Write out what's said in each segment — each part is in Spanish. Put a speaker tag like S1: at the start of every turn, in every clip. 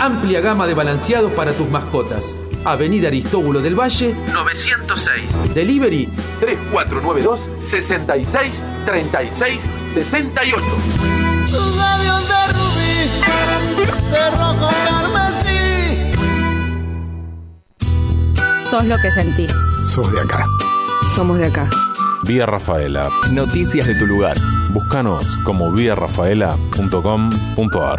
S1: Amplia gama de balanceados para tus mascotas. Avenida Aristóbulo del Valle, 906. Delivery 3492 66 36 68.
S2: Tus labios de rubí, de rojo carmesí.
S3: Sos lo que sentís.
S4: Sos de acá.
S3: Somos de acá.
S5: Vía Rafaela.
S6: Noticias de tu lugar.
S5: Búscanos como viarafaela.com.ar.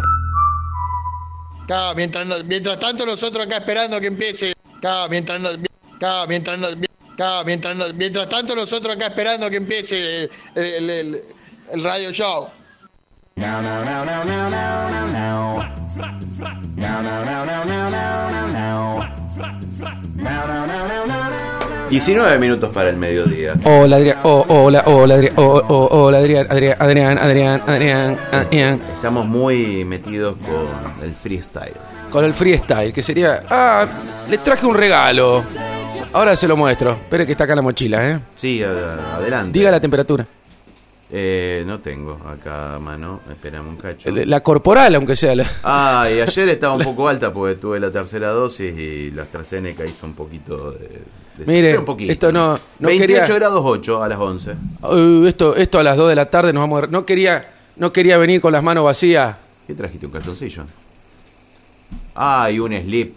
S7: Claro, mientras, nos- mientras tanto nosotros acá esperando que empiece. Claro, mientras nos- claro, mientras nos- claro, mientras nos- mientras tanto nosotros acá esperando que empiece el, el- el- el radio show.
S8: Bueno, 19 minutos para el mediodía.
S9: Hola Adrián, oh, hola, hola Adrián, oh, oh, hola Adrián, Adrián, Adrián, Adrián, Adrián, Adrián.
S8: Estamos muy metidos con el freestyle.
S9: Con el freestyle, que sería... Ah, le traje un regalo. Ahora se lo muestro. Espere que está acá la mochila, ¿eh?
S8: Sí, a- adelante.
S9: Diga la temperatura.
S8: Eh, no tengo acá a mano. Esperame un cacho.
S9: Eh, La corporal, aunque sea la...
S8: Ah, y ayer estaba un poco alta porque tuve la tercera dosis y la AstraZeneca hizo un poquito de... de-
S9: Mire,
S8: un poquito.
S9: esto no- no
S8: 28
S9: quería-
S8: grados 8 a las 11.
S9: Uh, esto, esto a las 2 de la tarde nos vamos a... No quería, no quería venir con las manos vacías.
S8: ¿Qué trajiste? ¿Un calzoncillo? Ah, y un slip.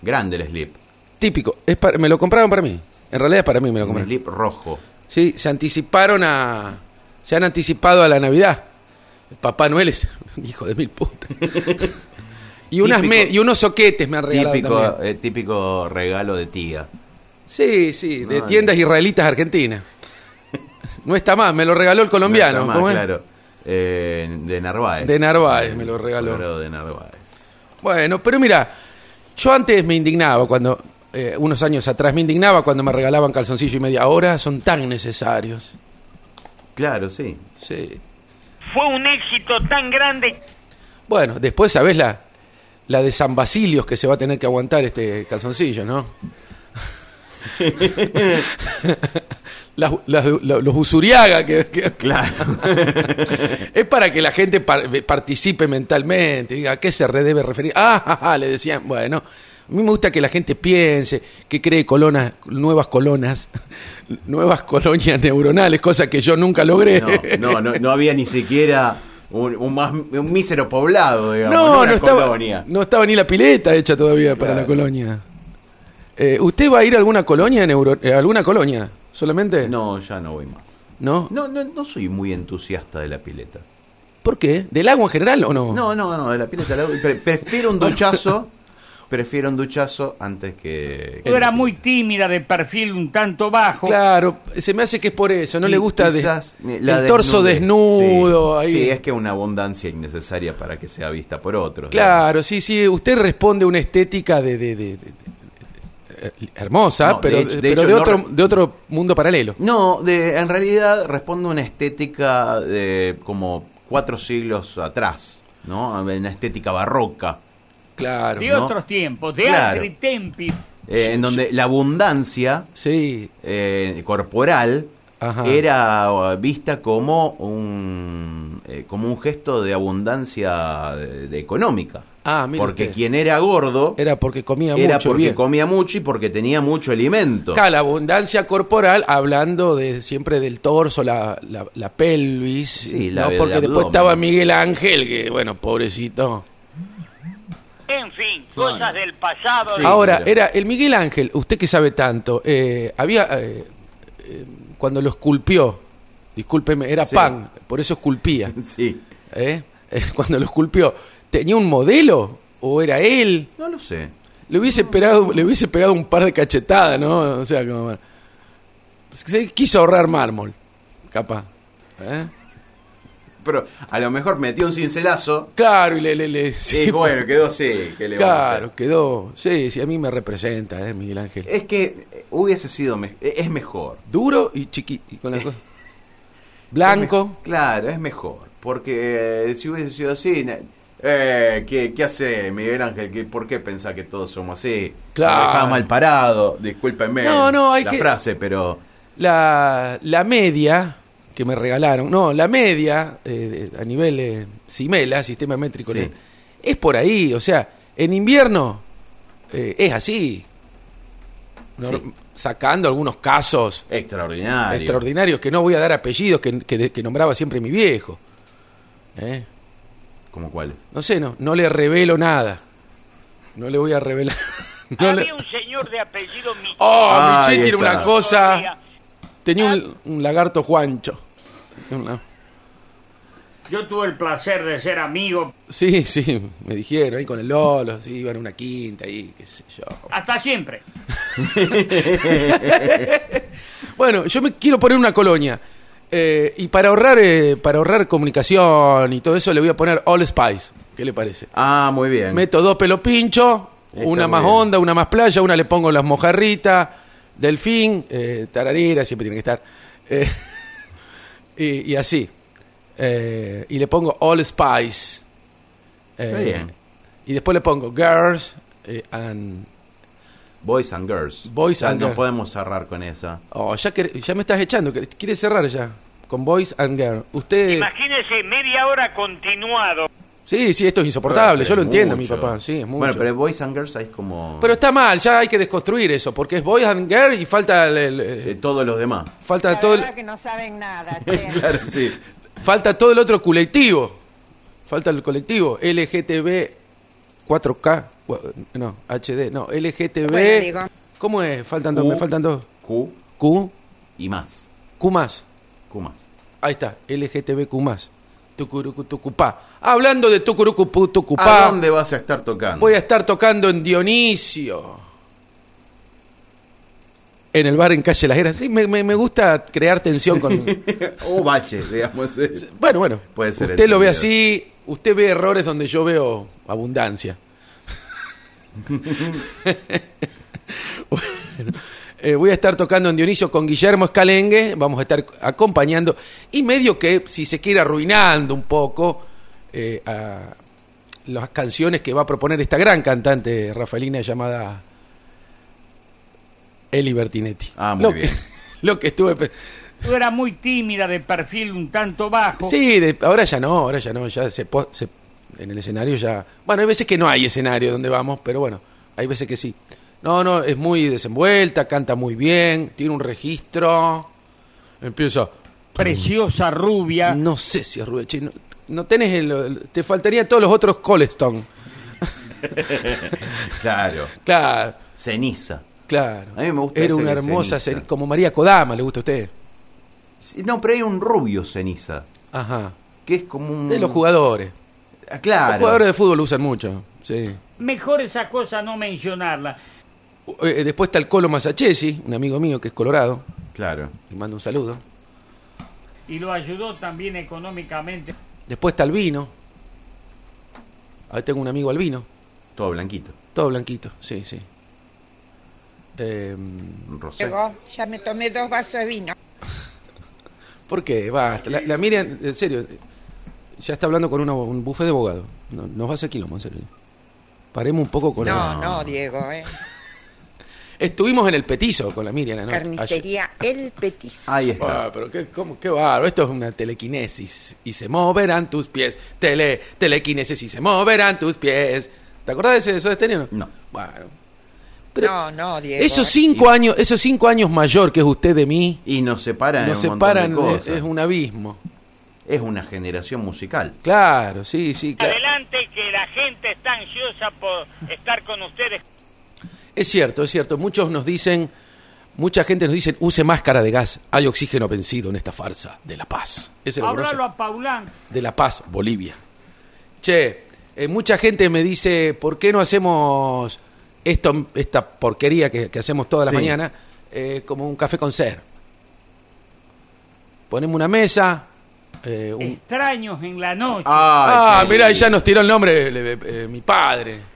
S8: Grande el slip.
S9: Típico. Es para- me lo compraron para mí. En realidad es para mí me lo
S8: Un
S9: compraron.
S8: slip rojo.
S9: Sí, se anticiparon a... Se han anticipado a la Navidad. Papá Noel es un hijo de mil putas. y, unas
S8: Típico.
S9: me- y unos soquetes me han regalado
S8: Típico,
S9: también.
S8: eh, típico regalo de tía.
S9: Sí, sí, de
S8: Ay.
S9: tiendas israelitas argentinas. No está más, me lo regaló el colombiano.
S8: No está más,
S9: ¿cómo es?
S8: claro. Eh, de Narváez.
S9: De Narváez me lo regaló.
S8: Colorado de Narváez.
S9: Bueno, pero mira, yo antes me indignaba cuando, eh, unos años atrás me indignaba cuando me regalaban calzoncillo y media hora, son tan necesarios.
S8: Claro, sí.
S9: Sí.
S10: Fue un éxito tan grande.
S9: Bueno, después sabés la, la de San Basilios que se va a tener que aguantar este calzoncillo, ¿no? Las- las- lo- los usuriaga que, que-
S8: Claro.
S9: es para que la gente par- participe mentalmente diga a qué se re- debe referir ah ja, ja, le decían bueno a mí me gusta que la gente piense que cree colonas nuevas colonas nuevas colonias neuronales cosa que yo nunca logré
S8: No, no, no, no había ni siquiera un, un más, un mísero poblado, digamos.
S9: No,
S8: una
S9: no estaba,
S8: colonia.
S9: no estaba ni la pileta hecha todavía para la
S8: Claro.
S9: colonia. Eh, ¿Usted va a ir a alguna colonia, en Euro- eh, alguna colonia solamente?
S8: No, ya no voy más.
S9: ¿No?
S8: No, no, no soy muy entusiasta de la pileta.
S9: ¿Por qué? ¿Del agua en general o no?
S8: No, no, no, de la pileta. la- pre- prefiero un duchazo. Prefiero un duchazo antes que.
S10: Yo era muy tímida, de perfil un tanto bajo.
S9: Claro, se me hace que es por eso, no le
S8: Qui-
S9: gusta de-
S8: quizás, eh, la
S9: el torso
S8: desnudez,
S9: desnudo.
S8: sí.
S9: ahí.
S8: Sí, es que una abundancia innecesaria para que sea vista por otros.
S9: Claro, sí, sí, usted responde a una estética de, de- de- de- de- eh, hermosa,
S8: No, de
S9: pero,
S8: hecho- de
S9: pero
S8: hecho
S9: de
S8: no
S9: otro,
S8: re-
S9: de otro mundo paralelo.
S8: No, de, en realidad responde a una estética de como cuatro siglos atrás, ¿no? Una estética barroca,
S9: Claro.
S10: de
S8: ¿no?
S10: otros tiempos, de
S8: Claro.
S10: Agri Tempi.
S8: eh, en donde la abundancia
S9: Sí,
S8: eh, corporal
S9: Ajá.
S8: era eh, vista como un, eh, como un gesto de abundancia de- de económica.
S9: Ah, mire
S8: Porque
S9: usted.
S8: quien era gordo
S9: era porque comía
S8: era
S9: mucho
S8: porque
S9: bien.
S8: comía mucho y porque tenía mucho alimento.
S9: Acá la abundancia corporal, hablando de siempre del torso, la, la, la pelvis,
S8: Sí,
S9: ¿no?
S8: la- el
S9: porque después
S8: abdomen.
S9: estaba Miguel Ángel, que bueno, pobrecito.
S10: En fin,
S8: Bueno.
S10: cosas del pasado.
S8: Sí,
S9: Ahora,
S8: mira.
S9: era el Miguel Ángel, usted que sabe tanto, eh, había, eh, eh, cuando lo esculpió, discúlpeme, era
S8: Sí.
S9: pan, por eso esculpía,
S8: Sí.
S9: ¿eh? Eh, cuando lo esculpió, ¿tenía un modelo o era él?
S8: No lo sé.
S9: Le hubiese, pegado, le hubiese pegado un par de cachetadas, ¿no? O sea, como... Se quiso ahorrar mármol, capaz. ¿eh?
S8: Pero a lo mejor metió un cincelazo
S9: Claro, y le... le, le-
S8: Sí,
S9: sí, pues,
S8: bueno, quedó así. ¿qué le vamos a hacer?
S9: claro, quedó... Sí, sí, a mí me representa, ¿eh, Miguel Ángel?
S8: Es que eh, hubiese sido. me- eh, es mejor.
S9: Duro y chiquito. con
S8: Eh.
S9: la cosa. Blanco.
S8: Es me- claro, es mejor. Porque eh, si hubiese sido así. na- eh, ¿qué, qué hace Miguel Ángel? ¿Qué- ¿Por qué pensás que todos somos así?
S9: Claro.
S8: Me dejaba mal parado. Discúlpenme
S9: No, no, hay
S8: la
S9: que-
S8: frase, pero.
S9: La, la media que me regalaron. No, la media eh, de- a nivel eh, Simela, sistema métrico.
S8: Sí.
S9: le- Es por ahí, o sea, En invierno eh, es así. Nor-
S8: Sí.
S9: Sacando algunos casos
S8: Extraordinario.
S9: extraordinarios que no voy a dar apellidos que, que- que nombraba siempre mi viejo. ¿Eh?
S8: ¿Cómo cuál?
S9: No sé, no, no le revelo nada. No le voy a revelar. No le-
S10: Había un señor de apellido Michel.
S9: Oh,
S8: Ah,
S9: Michetti
S8: ahí
S9: era
S8: está.
S9: una cosa. Tenía un, un lagarto Juancho. Una-
S10: Yo tuve el placer de ser amigo.
S9: Sí, sí, me dijeron ahí con el Lolo, sí, iban a una quinta ahí, qué sé yo.
S10: Hasta siempre.
S9: Bueno, yo me quiero poner una colonia. Eh, y para ahorrar, eh, para ahorrar comunicación y todo eso, le voy a poner All Spice. ¿Qué le parece?
S8: Ah, muy bien.
S9: Meto dos pelo pincho,
S8: Está
S9: una
S8: muy
S9: más
S8: bien.
S9: honda, una más playa, una le pongo las mojarritas, delfín, eh, tararira, siempre tiene que estar. eh, y, y así. Eh, y le pongo All Spice. eh,
S8: Está bien.
S9: Y después le pongo Girls eh, and.
S8: Boys and Girls.
S9: Boys
S8: Ah,
S9: and
S8: no
S9: Girls.
S8: podemos cerrar con esa.
S9: Oh, ya, quer- ya me estás echando, que- quiere cerrar ya. Con Boys and Girls. Usted.
S10: Imagínese media hora continuado.
S9: Sí, sí, esto es insoportable,
S8: Ah, Pero
S9: yo lo
S8: es
S9: entiendo, mi
S8: mucho.
S9: papá. Sí, es mucho.
S8: Bueno, pero
S9: pero,
S8: Boys and Girls es como.
S9: está mal, ya hay que desconstruir eso, porque es Boys and Girls y falta el- el- el-
S8: eh, todos los demás.
S9: Falta
S4: La
S9: todo, el-
S4: verdad que no saben nada, che.
S8: claro, sí.
S9: falta todo el otro colectivo. Falta el colectivo. LGTB 4K. cua- No, HD. No, LGTB.
S3: Bueno, digo.
S9: ¿Cómo es? Faltan dos.
S8: Q.
S9: Me faltan dos.
S8: Q
S9: Q.
S8: y más.
S9: Q más.
S8: Q más.
S9: Ahí está. LGTBQ más. Tucurucu, tucupá. Hablando de tucurucu, pu,
S8: ¿A
S9: tucupá.
S8: dónde vas a estar tocando?
S9: Voy a estar tocando en Dionisio. En el bar en Calle Las Heras. Sí, me, me- me gusta crear tensión con,
S8: o baches, Uh, digamos. eh.
S9: Bueno, bueno.
S8: Puede ser
S9: Usted lo ve
S8: entendido.
S9: así, usted ve errores donde yo veo abundancia. Bueno, eh, voy a estar tocando en Dionisio con Guillermo Escalengue, vamos a estar acompañando y medio que, si se quiere, arruinando un poco eh, a las canciones que va a proponer esta gran cantante rafaelina llamada Eli Bertinetti.
S8: Ah, muy
S9: lo
S8: bien.
S9: Que, lo que estuve... pe-
S10: Tú era muy tímida, de perfil un tanto bajo.
S9: Sí, de- ahora ya no, ahora ya no, ya se, po- se- en el escenario ya. Bueno, hay veces que no hay escenario donde vamos, pero bueno, hay veces que sí. No, no, es muy desenvuelta, canta muy bien, tiene un registro. Empieza.
S10: Preciosa rubia.
S9: No sé si es Rubén, che, no, no tenés el, el- te faltarían todos los otros Coleston.
S8: Claro.
S9: Claro,
S8: Ceniza.
S9: claro.
S8: A mí me gusta
S9: Era
S8: ese
S9: una
S8: que es
S9: hermosa,
S8: ceniza.
S9: ceni- como María Kodama, le gusta a usted.
S8: Sí, No, pero hay un rubio ceniza.
S9: Ajá.
S8: Que es como un.
S9: De los jugadores.
S8: Ah,
S9: Los
S8: Claro.
S9: jugadores de fútbol lo usan mucho. Sí.
S10: Mejor esa cosa no mencionarla.
S9: Eh, Después está el Colo Masachesi, un amigo mío que es colorado.
S8: Claro.
S9: Le mando un saludo.
S10: Y lo ayudó también económicamente.
S9: Después está Albino. Ahí tengo un amigo Albino.
S8: Todo blanquito.
S9: Todo blanquito, sí, sí. Em,
S8: Rosé.
S4: Llegó, ya me tomé dos vasos de vino.
S9: ¿Por qué? Basta. La, la Miriam, en serio, ya está hablando con una- un buffet de abogado. No- nos va a hacer quilombo, en serio. Paremos un poco con
S4: No,
S9: la...
S4: no, Diego, eh.
S9: Estuvimos en el petizo con la Miriam. ¿no?
S4: Carnicería El Petis.
S8: Ahí está.
S9: Ah, pero qué, cómo, qué bárbaro. Esto es una telequinesis. Y se moverán tus pies. Tele, telequinesis y se moverán tus pies. ¿Te acordás de ese de Soda Stereo, no?
S8: No.
S9: Bueno. pero-
S4: No, no, Diego.
S9: Esos
S4: eh.
S9: cinco años, esos cinco años mayor que es usted de mí,
S8: Y nos separan.
S9: nos
S8: en Eh, un montón de
S9: separan, es,
S8: cosas.
S9: es un abismo.
S8: Es una generación musical.
S9: Claro, sí, sí, claro.
S10: Adelante, que la gente está ansiosa por estar con ustedes.
S9: Es cierto, es cierto. Muchos nos dicen, mucha gente nos dice, use máscara de gas. Hay oxígeno vencido en esta farsa de La Paz. Ese lo
S10: Háblalo
S9: conoce.
S10: a Paulán.
S9: De La Paz, Bolivia. Che, eh, mucha gente me dice, ¿por qué no hacemos esto, esta porquería que, que hacemos todas las
S8: Sí.
S9: mañanas eh, como un café con ser? Ponemos una mesa, eh, un,
S10: Extraños en la noche.
S9: Ah,
S8: qué
S9: mira,
S8: lindo.
S9: ya nos tiró el nombre le- eh, mi padre.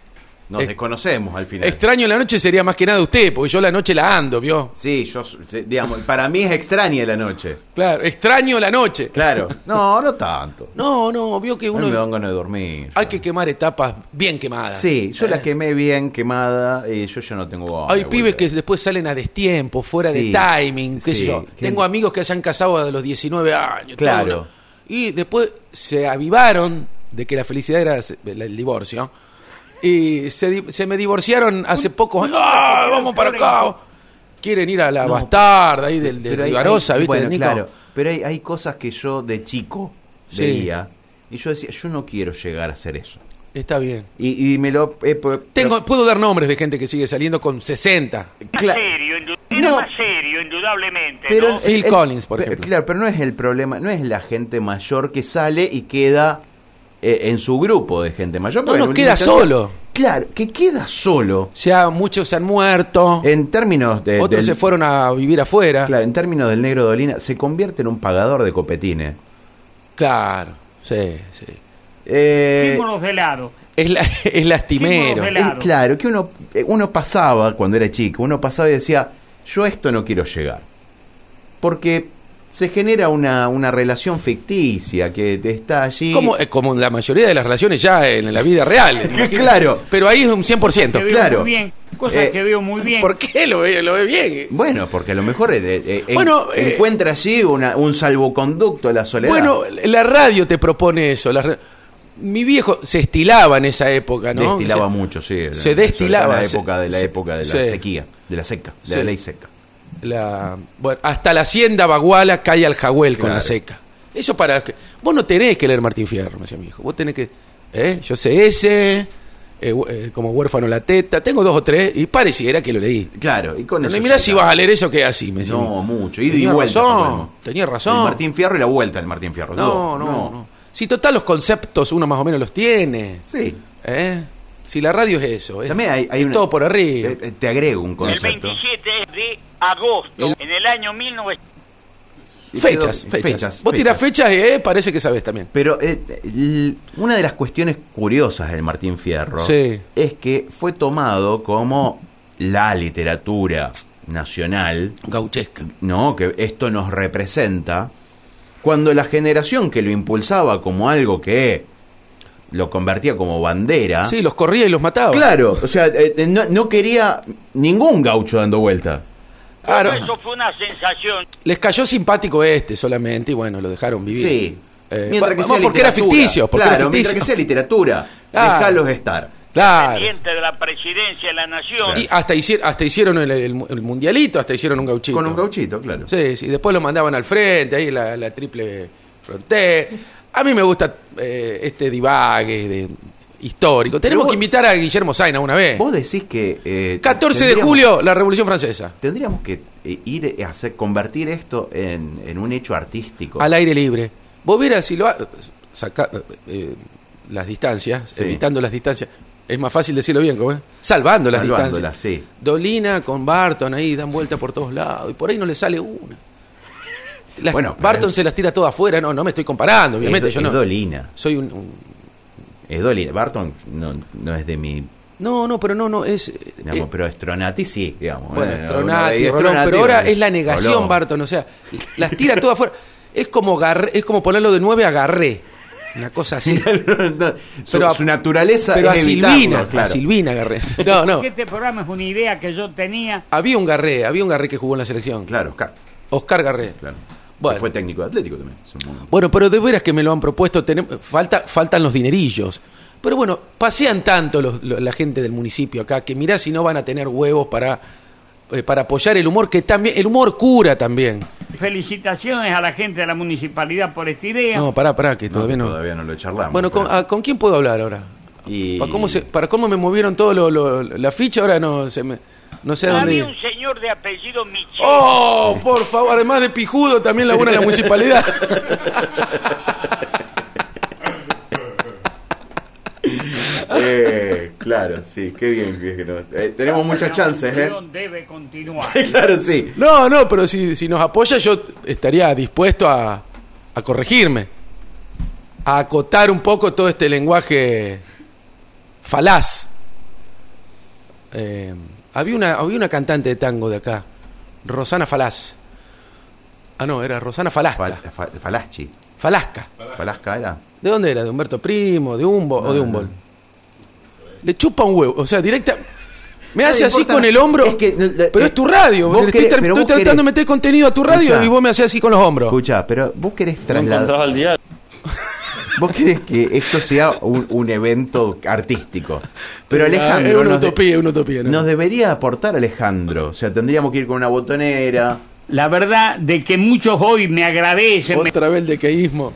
S8: Nos
S9: Eh,
S8: desconocemos al final.
S9: Extraño en la noche sería más que nada usted, porque yo la noche la ando, ¿vio?
S8: Sí, yo, sí, digamos, para mí es extraña la noche.
S9: Claro, extraño la noche.
S8: Claro. No, no tanto.
S9: No, no, vio que
S8: No me
S9: uno...
S8: dan ganas de dormir.
S9: Hay que quemar etapas bien quemadas.
S8: Sí, yo
S9: Eh,
S8: la quemé bien quemada y yo ya no tengo.
S9: Hay
S8: ganas de
S9: pibes que
S8: volver.
S9: después salen a destiempo, fuera de
S8: Sí,
S9: timing, qué sé
S8: sí,
S9: yo.
S8: que-
S9: Tengo amigos que se han casado a los 19 años.
S8: Claro.
S9: todo, ¿no? Y después se avivaron de que la felicidad era se- el divorcio. Y se, di- se me divorciaron hace pocos años. ¡Ah, vamos para acá! Quieren ir a la
S8: No,
S9: bastarda ahí del, del
S8: Pero hay-
S9: Rivarosa,
S8: hay-
S9: ¿viste,
S8: bueno,
S9: Nico?
S8: claro. Pero hay, hay cosas que yo de chico
S9: Sí.
S8: veía y yo decía, yo no quiero llegar a hacer eso.
S9: Está bien.
S8: Y, y me lo... eh, pues, he po-
S9: Tengo, puedo dar nombres de gente que sigue saliendo con 60.
S10: Más
S8: Cla-
S10: serio, indu- era
S8: No.
S10: más serio, indudablemente.
S8: pero
S10: ¿no?
S8: el-
S9: Phil
S8: el-
S9: Collins, por
S8: pe-
S9: ejemplo.
S8: Claro, pero no es el problema, no es la gente mayor que sale y queda eh, en su grupo de gente mayor. porque
S9: no,
S8: en
S9: queda
S8: última instancia-
S9: solo.
S8: Claro, que queda solo.
S9: O sea, muchos se han muerto,
S8: En términos de...
S9: otros
S8: Eh, del-
S9: se fueron a vivir afuera. Claro.
S8: Claro, en términos del negro Dolina, se convierte en un pagador de copetines.
S9: sí, sí.
S8: Eh,
S6: Símbolos de lado.
S9: Es, la- es lastimero.
S6: Símbolos de
S8: es
S6: lado.
S8: claro, que uno, eh, uno pasaba cuando era chico, uno pasaba y decía, yo a esto no quiero llegar. Porque se genera una, una relación ficticia que te está allí.
S9: Como, eh, como la mayoría de las relaciones ya en la vida real. imagínate.
S8: claro.
S9: Pero ahí es un
S6: Que
S9: 100%.
S6: veo
S8: claro.
S6: muy bien. Cosas
S8: Eh,
S6: que veo muy bien.
S9: ¿Por qué lo ve, lo ve bien?
S8: Bueno, porque a lo mejor eh, eh, en-
S9: Bueno, eh,
S8: encuentra allí una- un salvoconducto a la soledad.
S9: Bueno, la radio te propone eso. la ra- Mi viejo se estilaba en esa época, ¿no?
S8: destilaba
S9: O sea,
S8: mucho, sí.
S9: se
S8: sobre todo
S9: destilaba,
S8: En la
S9: se-
S8: época de la
S9: se-
S8: época de la
S9: sí.
S8: sequía, de la seca, de
S9: Sí.
S8: la ley seca.
S9: la- bueno, hasta la hacienda Baguala cae al jahuel con
S8: Claro.
S9: la seca. Eso para que- vos no tenés que leer Martín Fierro, me decía mi hijo. Vos tenés que ¿eh? yo sé ese eh, hu- eh, como huérfano la teta, tengo dos o tres y pareciera que lo leí.
S8: Claro, y con
S9: No,
S8: eso.
S9: mirá
S8: se
S9: si
S8: acaba.
S9: vas a leer eso que es así, me decía mi
S8: No,
S9: hijo.
S8: mucho. Ida y
S9: Tenía
S8: vuelta.
S9: razón,
S8: Palermo.
S9: tenía
S8: El
S9: razón.
S8: Martín Fierro y la vuelta del Martín Fierro.
S9: no, no, no, Si total los conceptos uno más o menos los tiene.
S8: Sí.
S9: ¿eh? Si la radio es eso, es,
S8: También hay, hay
S9: es
S8: una-
S9: todo por arriba.
S8: Eh, eh, Te agrego un
S10: el
S8: concepto.
S10: 27 de agosto,
S8: El-
S10: en el año 1900.
S8: Y
S9: Fechas,
S8: quedó-
S9: fechas, Vos tirás fechas y eh, parece que sabés también.
S8: Pero eh, l- una de las cuestiones curiosas del Martín Fierro
S9: Sí.
S8: es que fue tomado como la literatura nacional,
S9: Gauchesca.
S8: ¿no? Que esto nos representa, cuando la generación que lo impulsaba como algo que lo convertía como bandera,
S9: Ah. Sí, los corría y los mataba.
S8: claro, o sea, eh, no, no quería ningún gaucho dando vuelta.
S9: Claro.
S10: Eso fue una sensación.
S9: Les cayó simpático este solamente y bueno, lo dejaron vivir.
S8: Sí.
S9: Eh, va- vamos, porque era
S8: literatura.
S9: ficticio. Porque
S8: claro,
S9: era ficticio.
S8: mientras que sea literatura,
S9: Claro.
S8: dejalos estar.
S9: Claro.
S10: Presidente de la presidencia de la nación.
S9: Y hasta, hici- hasta hicieron el, el- el mundialito, hasta hicieron un gauchito.
S8: Con un gauchito, claro.
S9: Sí, sí. Después lo mandaban al frente, ahí la, la triple frontera. A mí me gusta eh, este divague de, histórico. Tenemos
S8: vos-
S9: que invitar a Guillermo Saina una vez.
S8: Vos decís que... eh,
S9: 14 de
S8: tendríamos-
S9: julio, la Revolución Francesa.
S8: Tendríamos que eh, ir a hacer, convertir esto en, en un hecho artístico.
S9: al aire libre. Vos vieras si lo ha- saca eh, las distancias,
S8: Sí.
S9: evitando las distancias. Es más fácil decirlo bien, ¿cómo es? Salvando las
S8: Salvándola,
S9: distancias.
S8: sí.
S9: Dolina con Barton ahí dan vuelta por todos lados y por ahí no le sale una. Las-
S8: Bueno, pero
S9: Barton
S8: es-
S9: se las tira todas afuera, no, no me estoy comparando, obviamente,
S8: es,
S9: yo no.
S8: es Dolina.
S9: Soy un, un-
S8: Es Dolina. Barton no, no es de mi...
S9: No, no, pero no, no, es...
S8: digamos,
S9: eh,
S8: pero Stronati sí, digamos.
S9: Bueno,
S8: eh,
S9: Stronati,
S8: eh,
S9: Rolón, pero ahora es la negación,
S8: Rolón.
S9: Barton. O sea, las tira todas afuera. Es como, Garré- es como ponerlo de nueve a Garré. Una cosa así.
S8: No, su,
S9: Pero a-
S8: su naturaleza
S9: Pero a
S8: es evitarlo,
S9: Silvina, a
S8: claro.
S9: Silvina Garré. No, no.
S6: Este programa es una idea que yo tenía.
S9: Había un Garré, había un Garré que jugó en la selección.
S8: Claro, ca-
S9: Oscar Garré.
S8: claro.
S9: Bueno.
S8: Fue técnico de Atlético también. Es un buen-
S9: Bueno, pero de veras que me lo han propuesto, tenemos, falta, faltan los dinerillos. Pero bueno, pasean tanto los- lo- la gente del municipio acá que mirá si no van a tener huevos para, eh, para apoyar el humor, que también, el humor cura también.
S6: Felicitaciones a la gente de la municipalidad por esta idea.
S9: No, pará, pará, que
S8: No,
S9: todavía no.
S8: Todavía no lo charlamos.
S9: Bueno, ¿con,
S8: pero-
S9: a- ¿con quién puedo hablar ahora?
S8: Y-
S9: ¿Para cómo, se- para cómo me movieron todo lo, lo- la ficha? Ahora no, se me, no sé a dónde ir.
S10: Había un señor de apellido Michel.
S9: ¡Oh, por favor! Además de pijudo, también labura en la municipalidad.
S8: Eh, claro, sí, qué bien que- que no- eh, tenemos muchas chances,
S6: La
S8: ¿eh?
S6: reunión debe continuar.
S8: Claro, sí.
S9: No, no, pero si, si nos apoya yo estaría dispuesto a, a corregirme, a acotar un poco todo este lenguaje falaz. Eh, había, una, había una cantante de tango de acá, Rosana Falaz. Ah, no, era Rosana
S8: Fal-
S9: Falasca.
S8: fa- falaschi.
S9: Falasca.
S8: Falasca era.
S9: ¿De dónde era? ¿De Humberto Primo? ¿De Humbo?
S8: No,
S9: ¿O de
S8: no,
S9: Humboldt?
S8: no.
S9: Le chupa un huevo. O sea, directa. Me
S8: No
S9: hace
S8: le
S9: así
S8: importa.
S9: con el hombro.
S8: Es que, eh,
S9: pero
S8: eh,
S9: es tu radio.
S8: vos
S9: Le estoy,
S8: querés-
S9: tra-
S8: pero
S9: estoy
S8: vos
S9: tratando
S8: querés-
S9: de meter contenido a tu radio
S8: Escuchá.
S9: y vos me haces así con los hombros.
S8: Escucha, pero vos querés trasladar.
S7: al diario.
S8: Vos querés que esto sea un, un evento artístico. Pero
S9: Ah, Es
S8: Alejandro.
S9: una
S8: nos de-
S9: utopía, es una utopía. ¿no?
S8: Nos debería aportar Alejandro. O sea, tendríamos que ir con una botonera.
S6: La verdad de que muchos hoy me agradecen, me-
S9: Otra vez el dequeísmo.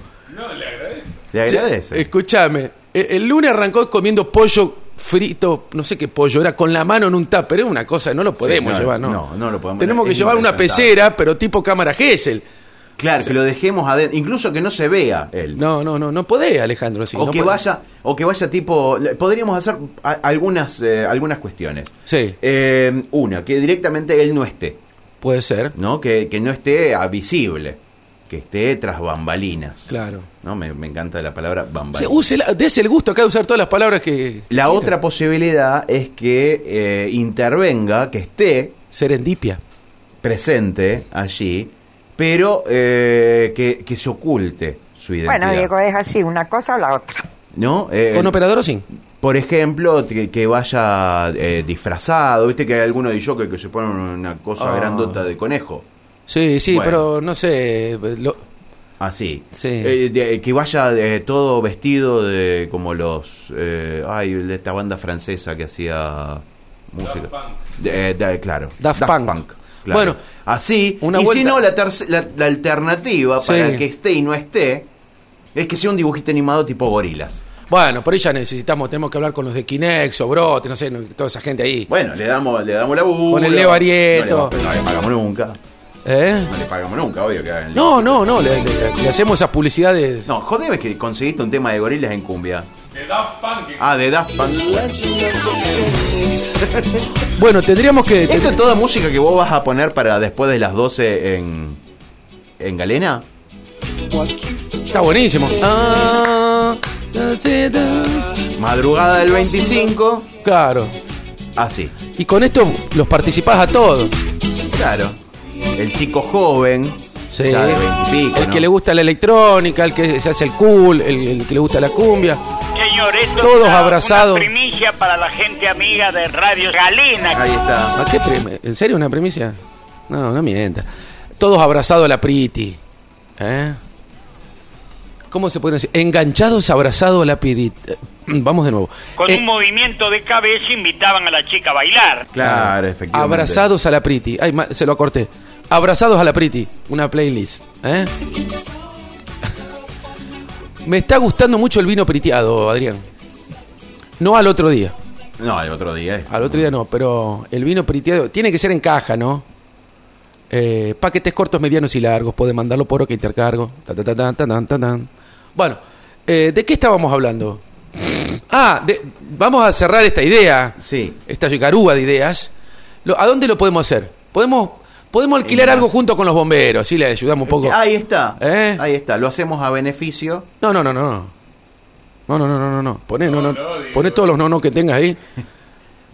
S8: ¿Le
S9: Che,
S8: agradece?
S9: Escúchame, el, el lunes arrancó comiendo pollo frito, no sé qué pollo, era con la mano en un tupper, es una cosa, no lo podemos
S8: no,
S9: llevar, ¿no?
S8: no, no lo podemos-
S9: Tenemos que
S8: es
S9: llevar una
S8: impresentable.
S9: pecera, pero tipo cámara Gesell.
S8: claro, que lo dejemos adentro. Incluso que no se vea él.
S9: No, no, no, no podés, Alejandro, así.
S8: o
S9: no
S8: que
S9: podés.
S8: vaya, o que vaya tipo. le- Podríamos hacer a- algunas, eh, algunas cuestiones.
S9: Sí.
S8: Eh, una, que directamente él no esté,
S9: Puede ser,
S8: ¿no? Que, que no esté ah, visible, que esté tras bambalinas.
S9: claro.
S8: ¿No? Me, me encanta la palabra
S9: Sí,
S8: bambalinas.
S9: úsela- dese el gusto acá de usar todas las palabras que.
S8: la
S9: quiera.
S8: otra posibilidad es que eh, intervenga, que esté
S9: Serendipia.
S8: presente allí, pero eh, que, que se oculte su identidad.
S4: Bueno, Diego, es así, una cosa o la otra.
S8: ¿No? Eh,
S9: ¿Con operador o sin?
S8: Por ejemplo, que, que vaya eh, disfrazado, viste que hay algunos de yo que se ponen una cosa
S9: Ah.
S8: grandota de conejo,
S9: Sí, sí,
S8: Bueno.
S9: pero no sé. lo-
S8: así.
S9: Sí.
S8: Eh, de- que vaya eh, todo vestido de como los, eh, ay, de esta banda francesa que hacía música. De- eh, de- claro.
S9: Daft Punk.
S8: claro.
S9: Bueno,
S8: así.
S9: una
S8: y
S9: vuelta-
S8: si no, la, terce- la, la alternativa
S9: Sí.
S8: para el que esté y no esté es que sea un dibujito animado tipo gorilas.
S9: Bueno, por ahí ya necesitamos, tenemos que hablar con los de Kinex o Brote, no sé, no- toda esa gente ahí.
S8: Bueno, le damos, le damos la bula.
S9: Con el Leo Arieto.
S8: No le, vamos- no le pagamos nunca.
S9: ¿Eh?
S8: No le pagamos nunca, obvio que hagan el-
S9: No, no, no, le, le- le hacemos esa publicidad de...
S8: No, jodeme que conseguiste un tema de gorilas en cumbia. De Daft Punk. Ah, de Daft Punk.
S9: Bueno, tendríamos que...
S8: ¿Esto es toda música que vos vas a poner para después de las 12 en. en Galena?
S9: Está buenísimo. Ah,
S8: Madrugada del Ah, 25.
S9: claro.
S8: Así.
S9: Y con esto los participás a todos.
S8: Claro. El chico joven.
S9: Sí.
S8: ya de 20 y pico,
S9: El que
S8: ¿no?
S9: le gusta la electrónica, el que se hace el cool, el, el que le gusta la cumbia.
S10: Señor, esto
S9: Todos
S10: es una-
S9: abrazados.
S10: Una primicia para la gente amiga de Radio Galena.
S8: Ahí está.
S9: ¿A qué prim- ¿En serio una premisa? No, no mienta. Todos abrazados a la Priti. ¿Eh? ¿Cómo se puede decir? Enganchados, abrazados a la Priti. Vamos de nuevo.
S10: Con
S9: Eh,
S10: un movimiento de cabeza invitaban a la chica a bailar.
S9: Ah,
S8: Claro, efectivamente.
S9: Abrazados a la Priti. Ay, ma- se lo corté. Abrazados a la Priti. Una playlist. ¿eh? Me está gustando mucho el vino priteado, Adrián. No al otro día.
S8: No, el otro día. es-
S9: Al otro día no, pero el vino priteado tiene que ser en caja, ¿no? Eh, paquetes cortos, medianos y largos. Puede mandarlo por que intercargo. Ta, ta, ta, ta, ta, ta, ta, ta. Bueno, eh, ¿de qué estábamos hablando? Ah, de- vamos a cerrar esta idea
S8: Sí.
S9: esta garúa de ideas, lo- ¿a dónde lo podemos hacer? Podemos, podemos alquilar
S8: En la-
S9: algo junto con los bomberos, sí, le ayudamos un poco.
S8: Ahí está.
S9: ¿Eh?
S8: Ahí está. Lo hacemos a beneficio.
S9: No, no, no, no, no. No, no, no, no, no, no. Poné, no, no, poné todos los no, no que tengas ahí.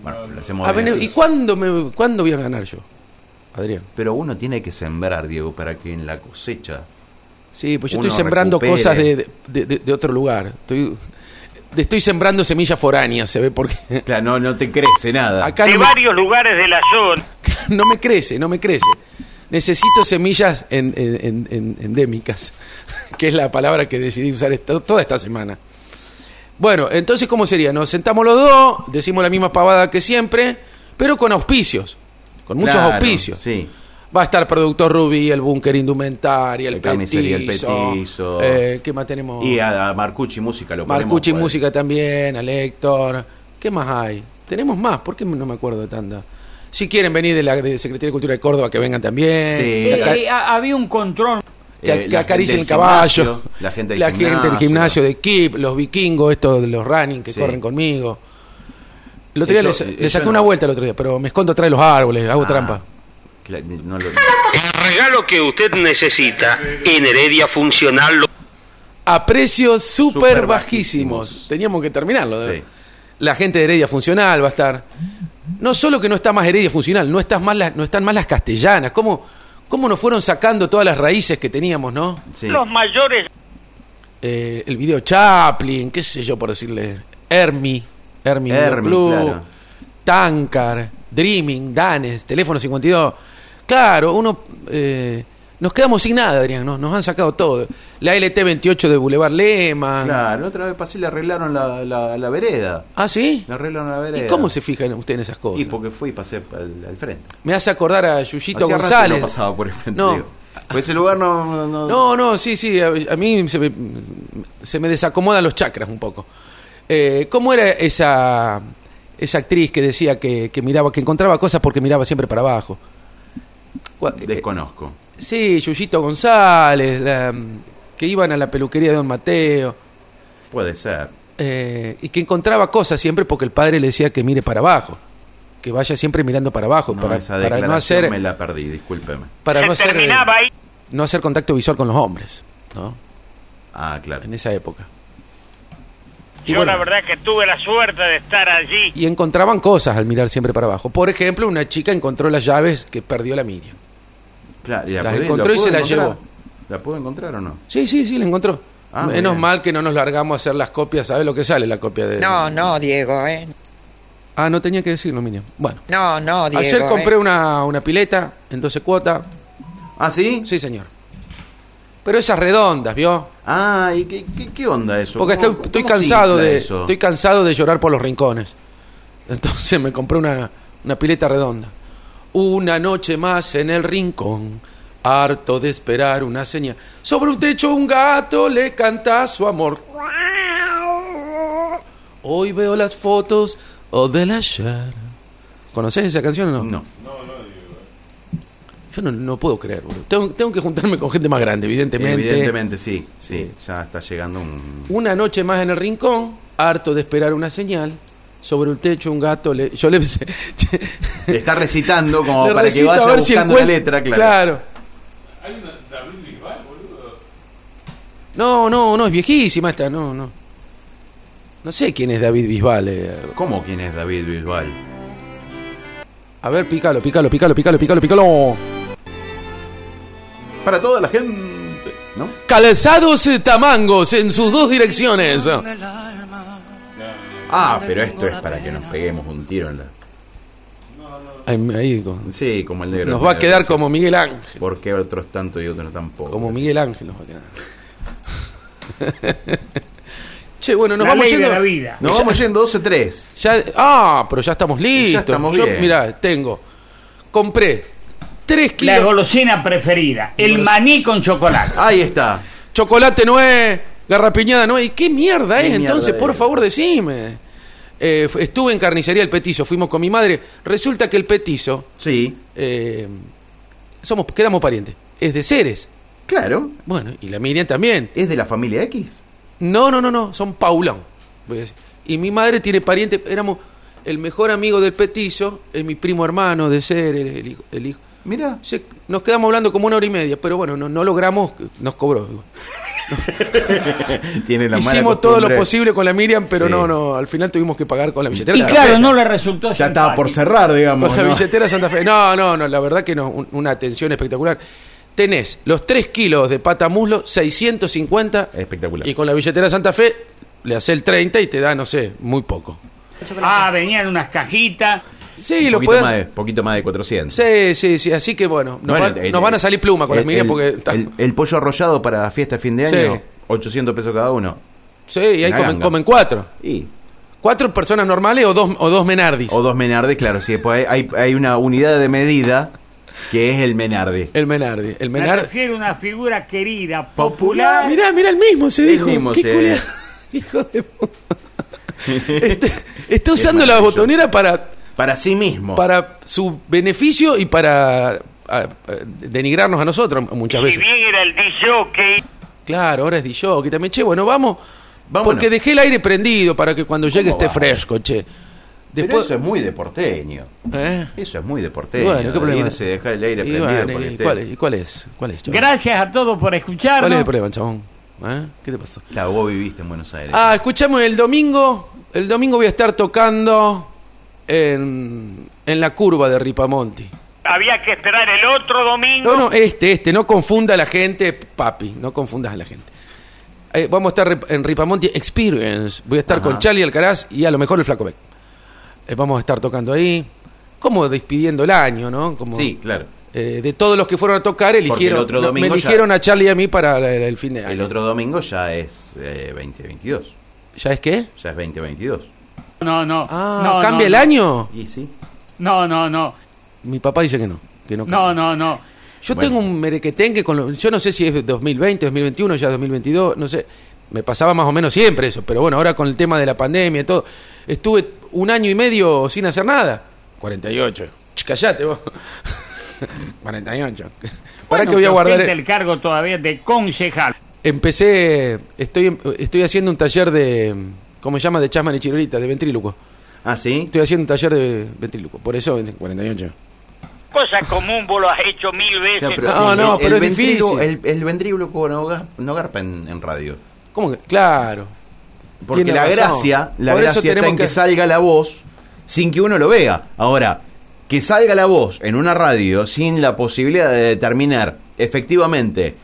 S8: Bueno, lo hacemos
S9: A
S8: a
S9: bene- ¿Y
S8: beneficio.
S9: cuándo, me, cuándo voy a ganar yo? Adrián.
S8: Pero uno tiene que sembrar, Diego, para que en la cosecha
S9: Sí, pues yo
S8: Uno
S9: estoy sembrando
S8: recupere.
S9: cosas de, de- de- de otro lugar. Estoy, de- estoy sembrando semillas foráneas, se ve, porque
S8: Claro, no, no te crece nada.
S9: acá
S10: de
S9: no me,
S10: varios lugares de la zona.
S9: no me crece, no me crece. Necesito semillas en- en- en- en- endémicas, que es la palabra que decidí usar esta- toda esta semana. Bueno, entonces, ¿cómo sería? Nos sentamos los dos, decimos la misma pavada que siempre, pero con auspicios, con muchos
S8: Claro,
S9: auspicios.
S8: Sí.
S9: Va a estar Productor Rubí, el Búnker Indumentaria, el,
S8: El
S9: Petizo.
S8: carnicería, el Petizo.
S9: eh, ¿Qué más tenemos?
S8: Y a, a Marcucci Música lo ponemos,
S9: Marcucci
S8: pues.
S9: Música también, al Héctor. ¿Qué más hay? Tenemos más, ¿por qué no me acuerdo de tanta? Si quieren venir de la de Secretaría de Cultura de Córdoba, que vengan también.
S8: Sí.
S9: Que, aca-
S6: Eh, ha- había un control.
S9: que-
S8: Eh,
S9: que
S8: la
S9: acaricien el
S8: gente del
S9: caballo.
S8: gimnasio, la gente del
S9: del gimnasio de Kip, los vikingos, estos de los running que
S8: Sí.
S9: corren conmigo. El otro día
S8: Eso-
S9: les- le,
S8: eso
S9: saqué
S8: no.
S9: una vuelta el otro día, pero me escondo atrás de los árboles, hago
S8: Ah,
S9: trampa.
S8: cla- no lo-
S11: regalo que usted necesita en Heredia Funcional.
S9: A precios súper
S8: Súper
S9: bajísimos.
S8: bajísimos.
S9: Teníamos que terminarlo. ¿no?
S8: Sí.
S9: La gente de Heredia Funcional va a estar. No solo que no está más Heredia Funcional, no, estás más las- no están más las castellanas. ¿Cómo, ¿Cómo nos fueron sacando todas las raíces que teníamos, no?
S8: sí.
S10: Los mayores
S9: Eh, el video Chaplin, qué sé yo por decirle. Hermi, Hermi, Video
S8: Hermi,
S9: Club,
S8: claro.
S9: Tancar, Dreaming, Danes, Teléfono 52. Claro, uno eh, Nos quedamos sin nada, Adrián. Nos, nos han sacado todo. La LT28 de Boulevard Lema.
S8: Claro, otra vez pasé y le arreglaron la, la- la vereda.
S9: ¿Ah, sí?
S8: Le arreglaron la vereda.
S9: ¿Y cómo se fijan ustedes en esas cosas?
S8: Y porque fui y pasé al, al frente.
S9: Me hace acordar a Yuyito
S8: Hacía rato que
S9: González.
S8: No pasaba por el frente.
S9: No.
S8: digo. Pues ese lugar no. no, no-
S9: No, no, sí, sí, a, a mí se me, se me desacomodan los chakras un poco. Eh, ¿Cómo era esa, esa actriz que decía que, que miraba, que encontraba cosas porque miraba siempre para abajo? Cua- eh,
S8: Desconozco.
S9: sí, Yuyito González, la, mm, que iban a la peluquería de Don Mateo,
S8: Puede ser.
S9: eh, y que encontraba cosas siempre porque el padre le decía que mire para abajo, que vaya siempre mirando para abajo,
S8: No,
S9: para,
S8: esa
S9: para
S8: declaración
S9: no hacer...
S8: me la perdí, discúlpeme.
S9: Para
S10: Se
S9: no hacer, eh,
S10: terminaba ahí.
S9: no hacer contacto visual con los hombres, ¿no?
S8: Ah, claro.
S9: En esa época.
S10: Yo la verdad que tuve la suerte de estar allí.
S9: y encontraban cosas al mirar siempre para abajo. Por ejemplo, una chica encontró las llaves que perdió la Miriam.
S8: Claro, y la
S9: Las
S8: pude-
S9: encontró
S8: la
S9: y
S8: pude
S9: se las
S8: encontrar.
S9: llevó.
S8: ¿La puedo encontrar o no?
S9: Sí, sí, sí, la encontró.
S8: Ah, muy
S9: Menos
S8: bien.
S9: mal que no nos largamos a hacer las copias, ¿sabes lo que sale la copia de...?
S4: No, no, Diego, ¿eh?
S9: Ah, no tenía que decirlo, Miriam. Bueno,
S4: No, no, Diego.
S9: ayer compré
S4: ¿eh?
S9: una, una pileta en 12 cuotas.
S8: ¿Ah, sí?
S9: Sí, señor. Pero esas redondas, ¿vio?
S8: Ah, ¿y qué, qué, qué onda eso?
S9: Porque
S8: ¿Cómo-
S9: estoy, estoy
S8: cómo se
S9: cansado
S8: infla
S9: de
S8: eso?
S9: estoy cansado de llorar por los rincones. Entonces me compré una, una pileta redonda. Una noche más en el rincón, harto de esperar una señal. Sobre un techo un gato le canta su amor. Hoy veo las fotos o del ayer. ¿Conoces esa canción o no?
S8: No.
S9: Yo no, no puedo creer, boludo. Tengo, tengo que juntarme con gente más grande, evidentemente.
S8: Evidentemente, sí, sí. Ya está llegando un.
S9: Una noche más en el rincón, harto de esperar una señal. Sobre un techo, un gato. le- yo le.
S8: Está recitando como
S9: le
S8: para que
S9: recito
S8: vaya buscando la
S9: encuent-
S8: letra, claro.
S9: No, no, no, es viejísima esta, no, no. No sé quién es David Bisbal. eh.
S8: ¿Cómo quién es David Bisbal?
S9: A ver, pícalo, pícalo, pícalo, pícalo, pícalo, pícalo.
S8: Para toda la gente, ¿no?
S9: Calzados eh, tamangos en sus dos direcciones.
S8: Ah, pero esto es para que nos peguemos un tiro en la.
S9: Ahí, ahí, con-
S8: Sí, como el negro.
S9: nos va a quedar como Miguel Ángel.
S8: Porque otros tanto y otros tampoco.
S9: Como Miguel Ángel nos va a quedar. che, bueno, nos
S6: La
S9: vamos
S6: ley de
S9: yendo.
S6: la vida.
S8: Nos vamos yendo 12-3.
S9: Ya, ah, pero ya estamos listos.
S8: estamos
S9: Yo,
S8: bien.
S9: mirá, tengo. Compré 3
S6: La
S9: kilos.
S6: golosina preferida, el maní con chocolate.
S8: Ahí está.
S9: Chocolate no es. Garrapiñada no es. ¿Y qué mierda
S8: ¿Qué
S9: es
S8: mierda
S9: entonces?
S8: es?
S9: Por favor, decime. Eh, f- estuve en carnicería El Petizo, fuimos con mi madre. Resulta que el Petizo.
S8: Sí,
S9: eh, somos, quedamos parientes. Es de Ceres.
S8: claro.
S9: Bueno, y la Miriam también.
S8: ¿Es de la familia X?
S9: No, no, no, no, son Paulón. voy a decir. Y mi madre tiene pariente, éramos el mejor amigo del petizo, es mi primo hermano de ser, el, el hijo. el hijo.
S8: Mira.
S9: Se- nos quedamos hablando como una hora y media, pero bueno, no, no logramos, nos cobró.
S8: Tiene la mala
S9: Hicimos todo lo
S8: costumbre.
S9: posible con la Miriam, pero
S8: Sí.
S9: no, no, al final tuvimos que pagar con la billetera.
S6: Y
S9: Santa
S6: claro,
S9: Fe.
S6: no le resultó
S8: Ya estaba por
S6: simpático.
S8: cerrar, digamos.
S9: Con la
S8: ¿no?
S9: billetera Santa Fe. No, no, no, la verdad que no, un- una atención espectacular. Tenés los 3 kilos de pata muslo, 650.
S8: Espectacular.
S9: Y con la billetera Santa Fe le hace el 30 y te da, no sé, muy poco.
S6: Ah, venían unas cajitas.
S9: Sí,
S8: Un
S9: lo
S8: poquito,
S9: podés-
S8: más de, poquito más de 400.
S9: Sí, sí, sí. Así que bueno, nos,
S8: Bueno,
S9: van-
S8: el-
S9: nos van a salir pluma con
S8: el-
S9: las miriam
S8: el-
S9: porque.
S8: El, el pollo arrollado para fiesta de fin de año,
S9: Sí.
S8: 800 pesos cada uno.
S9: sí, y ahí
S8: una
S9: comen,
S8: ganga.
S9: comen cuatro.
S8: Y,
S9: Cuatro personas normales o dos, o dos menardis.
S8: o dos menardes, claro. Si después hay, hay- hay una unidad de medida que es el menarde.
S9: El menardi. El
S6: Me
S9: menard.
S6: refiero a una figura querida,
S8: Popular.
S6: popular.
S9: Mirá, mirá el mismo, se
S8: El
S9: dijo.
S8: mismo,
S9: Qué
S8: sí.
S9: culia- Hijo de puta. Está, está usando la
S8: maravilloso. Oh.
S9: botonera para,
S8: Para sí mismo.
S9: para su beneficio y para ah, ah, denigrarnos a nosotros muchas
S10: Si
S9: veces.
S10: bien era el DJ,
S9: Claro, ahora es DJ, que también, che, bueno, vamos.
S8: Vámonos.
S9: Porque dejé el aire prendido para que cuando llegue
S8: ¿Cómo
S9: esté
S8: vamos?
S9: fresco, che.
S8: Pero
S9: Después,
S8: eso es muy deporteño.
S9: ¿eh?
S8: Eso es muy deporteño.
S9: bueno, ¿qué problema?
S8: Irse, dejar el aire
S9: Y
S8: prendido.
S9: bueno,
S8: para que
S9: ¿y,
S8: esté-
S9: cuál, es? ¿Y cuál es? ¿Cuál es, chabón?
S6: Gracias a todos por escucharnos.
S9: ¿Cuál es el problema, chabón? ¿Eh? ¿Qué te pasó?
S8: Claro, vos viviste en Buenos Aires.
S9: Ah, escuchame, el domingo, el domingo voy a estar tocando en, en la curva de Ripamonti.
S10: había que esperar el otro domingo.
S9: No, no, este, este, no confunda a la gente, papi, no confundas a la gente. Eh, vamos a estar rep- en Ripamonti Experience, voy a estar
S8: Ajá.
S9: con Charlie Alcaraz y a lo mejor el Flaco Beck. Eh, vamos a estar tocando ahí, como despidiendo el año, ¿no? Como,
S8: Sí, claro.
S9: eh, de todos los que fueron a tocar, eligieron,
S8: el otro
S9: no, me
S8: domingo ya-
S9: eligieron a Charlie y a mí para la- el fin de año.
S8: El otro domingo ya es eh, 2022.
S9: ¿Ya es qué?
S8: Ya es 2022.
S6: No, no.
S9: Ah,
S6: no, no,
S9: ¿cambia el
S6: no.
S9: año?
S8: Y sí.
S6: No, no, no.
S9: Mi papá dice que no. Que no,
S6: No, no, no.
S9: Yo
S8: Bueno.
S9: tengo un merequetengue con lo- yo no sé si es 2020, 2021, ya 2022, no sé. Me pasaba más o menos siempre eso, pero bueno, ahora con el tema de la pandemia y todo, estuve un año y medio sin hacer nada. 48. Ch, Callate vos. 48. ¿Para
S6: Bueno,
S9: qué voy a
S6: que
S9: guardar?
S6: ostente el cargo todavía de concejal.
S9: Empecé, estoy estoy haciendo un taller de ¿cómo se llama? de chasman y chirolita, de ventrílocuo.
S8: Ah, sí.
S9: Estoy haciendo un taller de ventrílocuo, por eso 48.
S10: Cosa común vos lo has hecho mil
S8: Ya,
S10: veces.
S8: pero-
S9: No, no, pero Ah, es
S8: ventríloco-
S9: difícil.
S8: El, el ventríloco no, ga- no garpa en, en radio.
S9: ¿Cómo que? Claro.
S8: Porque
S9: Tiene
S8: la
S9: razón.
S8: gracia, la
S9: Por eso
S8: gracia está
S9: tenemos
S8: en que...
S9: que-
S8: salga la voz sin que uno lo vea. Ahora, que salga la voz en una radio sin la posibilidad de determinar efectivamente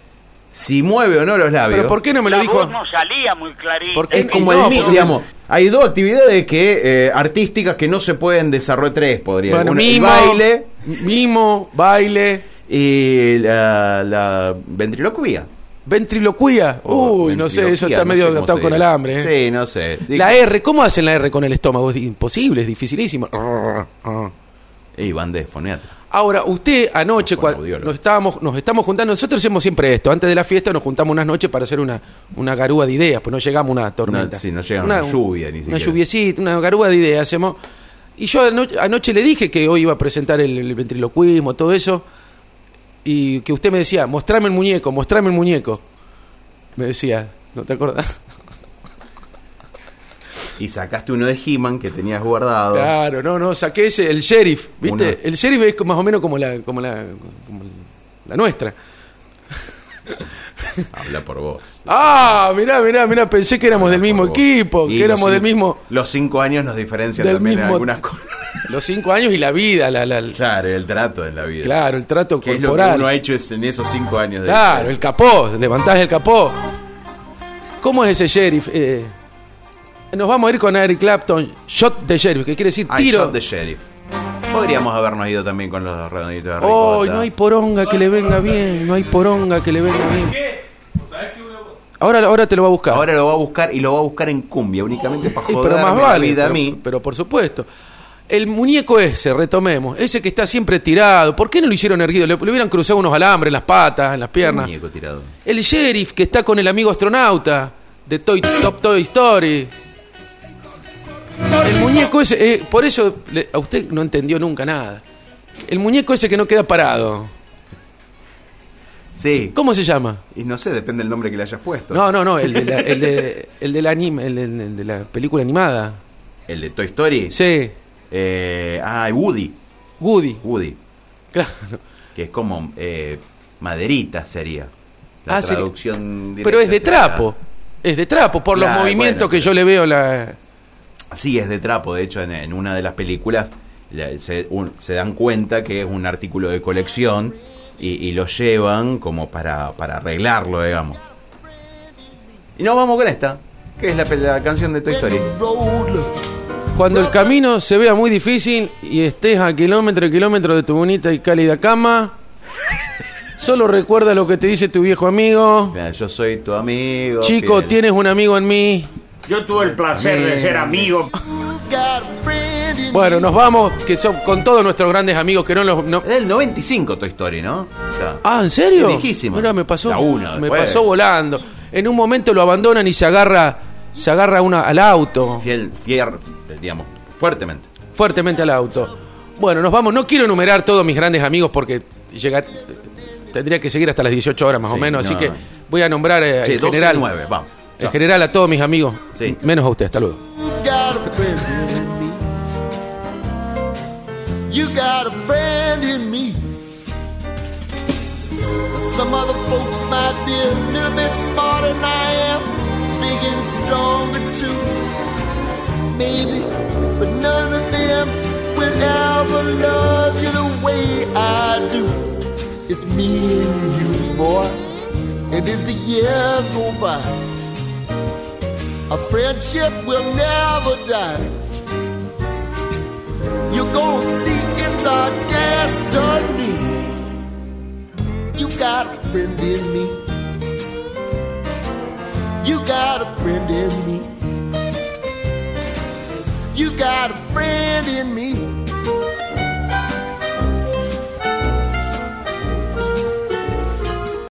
S8: si mueve o no los labios.
S9: Pero ¿por qué no me lo
S10: la
S9: dijo?
S10: voz no salía muy clarita.
S9: ¿Por qué?
S8: Es como
S9: No,
S8: el mi-
S9: porque-
S8: digamos. Hay dos actividades que eh, artísticas que no se pueden desarrollar tres, podría
S9: Bueno,
S8: Una-
S9: mimo,
S8: el baile
S9: mimo, baile,
S8: y la, la ventriloquía.
S9: ventriloquía.
S8: O
S9: Uy, no sé,
S8: Oh, ventriloquía,
S9: eso está
S8: no
S9: medio
S8: sé cómo
S9: gastado
S8: se
S9: con
S8: dirá.
S9: alambre. ¿eh?
S8: Sí, no sé.
S9: La R, ¿cómo hacen la R con el estómago? Es imposible, es dificilísimo. E.
S8: Y van de foneatra.
S9: Ahora, usted anoche,
S8: Con
S9: cua-
S8: audiólogo.
S9: nos, estábamos, nos estamos juntando, nosotros hacemos siempre esto, antes de la fiesta nos juntamos unas noches para hacer una, una garúa de ideas, pues no llegamos a una tormenta.
S8: No, sí, no llega una lluvia, ni
S9: Una
S8: siquiera.
S9: lluviecita, una garúa de ideas hacemos. Y yo ano- anoche, le dije que hoy iba a presentar el, el ventriloquismo, todo eso, y que usted me decía, mostrame el muñeco, mostrame el muñeco. Me decía, ¿no te acordás?
S8: Y sacaste uno de He-Man que tenías guardado.
S9: Claro, no, no, saqué ese, el sheriff, ¿viste?
S8: Ah. Una-
S9: El sheriff es más o menos como la, como la, como la nuestra.
S8: Habla por vos.
S9: Ah, mirá, mirá, mirá, pensé que éramos del mismo
S8: Por vos.
S9: equipo,
S8: Y
S9: que
S8: los
S9: éramos del
S8: cinco-
S9: mismo.
S8: Los cinco años nos diferencian
S9: Del
S8: también en
S9: mismo-
S8: algunas cosas.
S9: Los cinco años y la vida, la, la- la-
S8: Claro, el trato de la vida.
S9: claro, el trato
S8: Que es lo que uno ha
S9: corporal.
S8: hecho es en esos cinco años de
S9: Claro, el capó, levantás el capó. ¿Cómo es ese sheriff? Eh, nos vamos a ir con Eric Clapton, shot de sheriff, que quiere decir
S8: I
S9: tiro.
S8: shot the sheriff. Podríamos habernos ido también con los redonditos de
S9: Oh,
S8: ricota.
S9: no hay poronga que le venga bien, no hay poronga que le venga bien. Ahora, ahora te lo va a buscar.
S8: Ahora lo va a buscar y lo va a buscar en cumbia únicamente para
S9: Sí,
S8: joderme
S9: pero más vale,
S8: la vida
S9: pero,
S8: a mí.
S9: pero por supuesto. El muñeco ese, retomemos, ese que está siempre tirado, ¿por qué no lo hicieron erguido? Le, le hubieran cruzado unos alambres en las patas, en las piernas.
S8: Muñeco tirado.
S9: El sheriff que está con el amigo astronauta de Toy, Top Toy Story. El muñeco ese, eh, por eso le- a usted no entendió nunca nada. El muñeco ese que no queda parado.
S8: Sí.
S9: ¿Cómo se llama?
S8: Y no sé, depende del nombre que le hayas puesto.
S9: No, no, no, el de la, el de- el del anime, el, el- el de la película animada.
S8: El de Toy Story.
S9: Sí,
S8: Eh, ah, Woody.
S9: Woody,
S8: Woody.
S9: claro.
S8: Que es como eh, maderita sería. La
S9: Ah, sí.
S8: traducción directa
S9: Pero es de
S8: sería-
S9: trapo. Es de trapo, por
S8: Claro,
S9: los movimientos
S8: bueno,
S9: que
S8: pero-
S9: yo le veo la.
S8: Sí, es de trapo. De hecho, en, en una de las películas la- se, un- se dan cuenta que es un artículo de colección y, y lo llevan como para, para arreglarlo, digamos. Y nos vamos con esta, que es la, pe- la canción de Toy Story.
S9: Cuando el camino se vea muy difícil y estés a kilómetro y kilómetro de tu bonita y cálida cama, solo recuerda lo que te dice tu viejo amigo.
S8: Mira, yo soy tu amigo.
S9: Chico,
S8: fiel.
S9: tienes un amigo en mí.
S6: Yo tuve el placer
S9: Eh,
S6: de ser amigo.
S9: Bueno, nos vamos, que son con todos nuestros grandes amigos que no los. no-
S8: Es del 95 Toy Story, ¿no? O sea,
S9: Ah, ¿en serio?
S8: Viejísima.
S9: Mira, me pasó.
S8: La uno,
S9: me
S8: después.
S9: pasó volando. En un momento lo abandonan y se agarra, se agarra una, al auto.
S8: Fiel, fiel, digamos, fuertemente.
S9: fuertemente al auto. Bueno, nos vamos. No quiero enumerar todos mis grandes amigos porque llega, tendría que seguir hasta las 18 horas más o
S8: Sí,
S9: menos.
S8: no.
S9: Así que voy a nombrar eh,
S8: Sí,
S9: en
S8: 12 y
S9: general.
S8: nueve, vamos.
S9: En general a todos mis amigos.
S8: Sí.
S9: Menos a usted. Hasta luego.
S2: got a friend in me. You got a friend in me. Some other folks might be a little bit smarter than I am, big and stronger too. Maybe, but none of them will ever love you the way I do. It's me and you, boy. And as the years go by, a friendship will never die. You're gonna see it's our destiny.
S7: got a friend in me. You got a friend in me. You got a friend in me.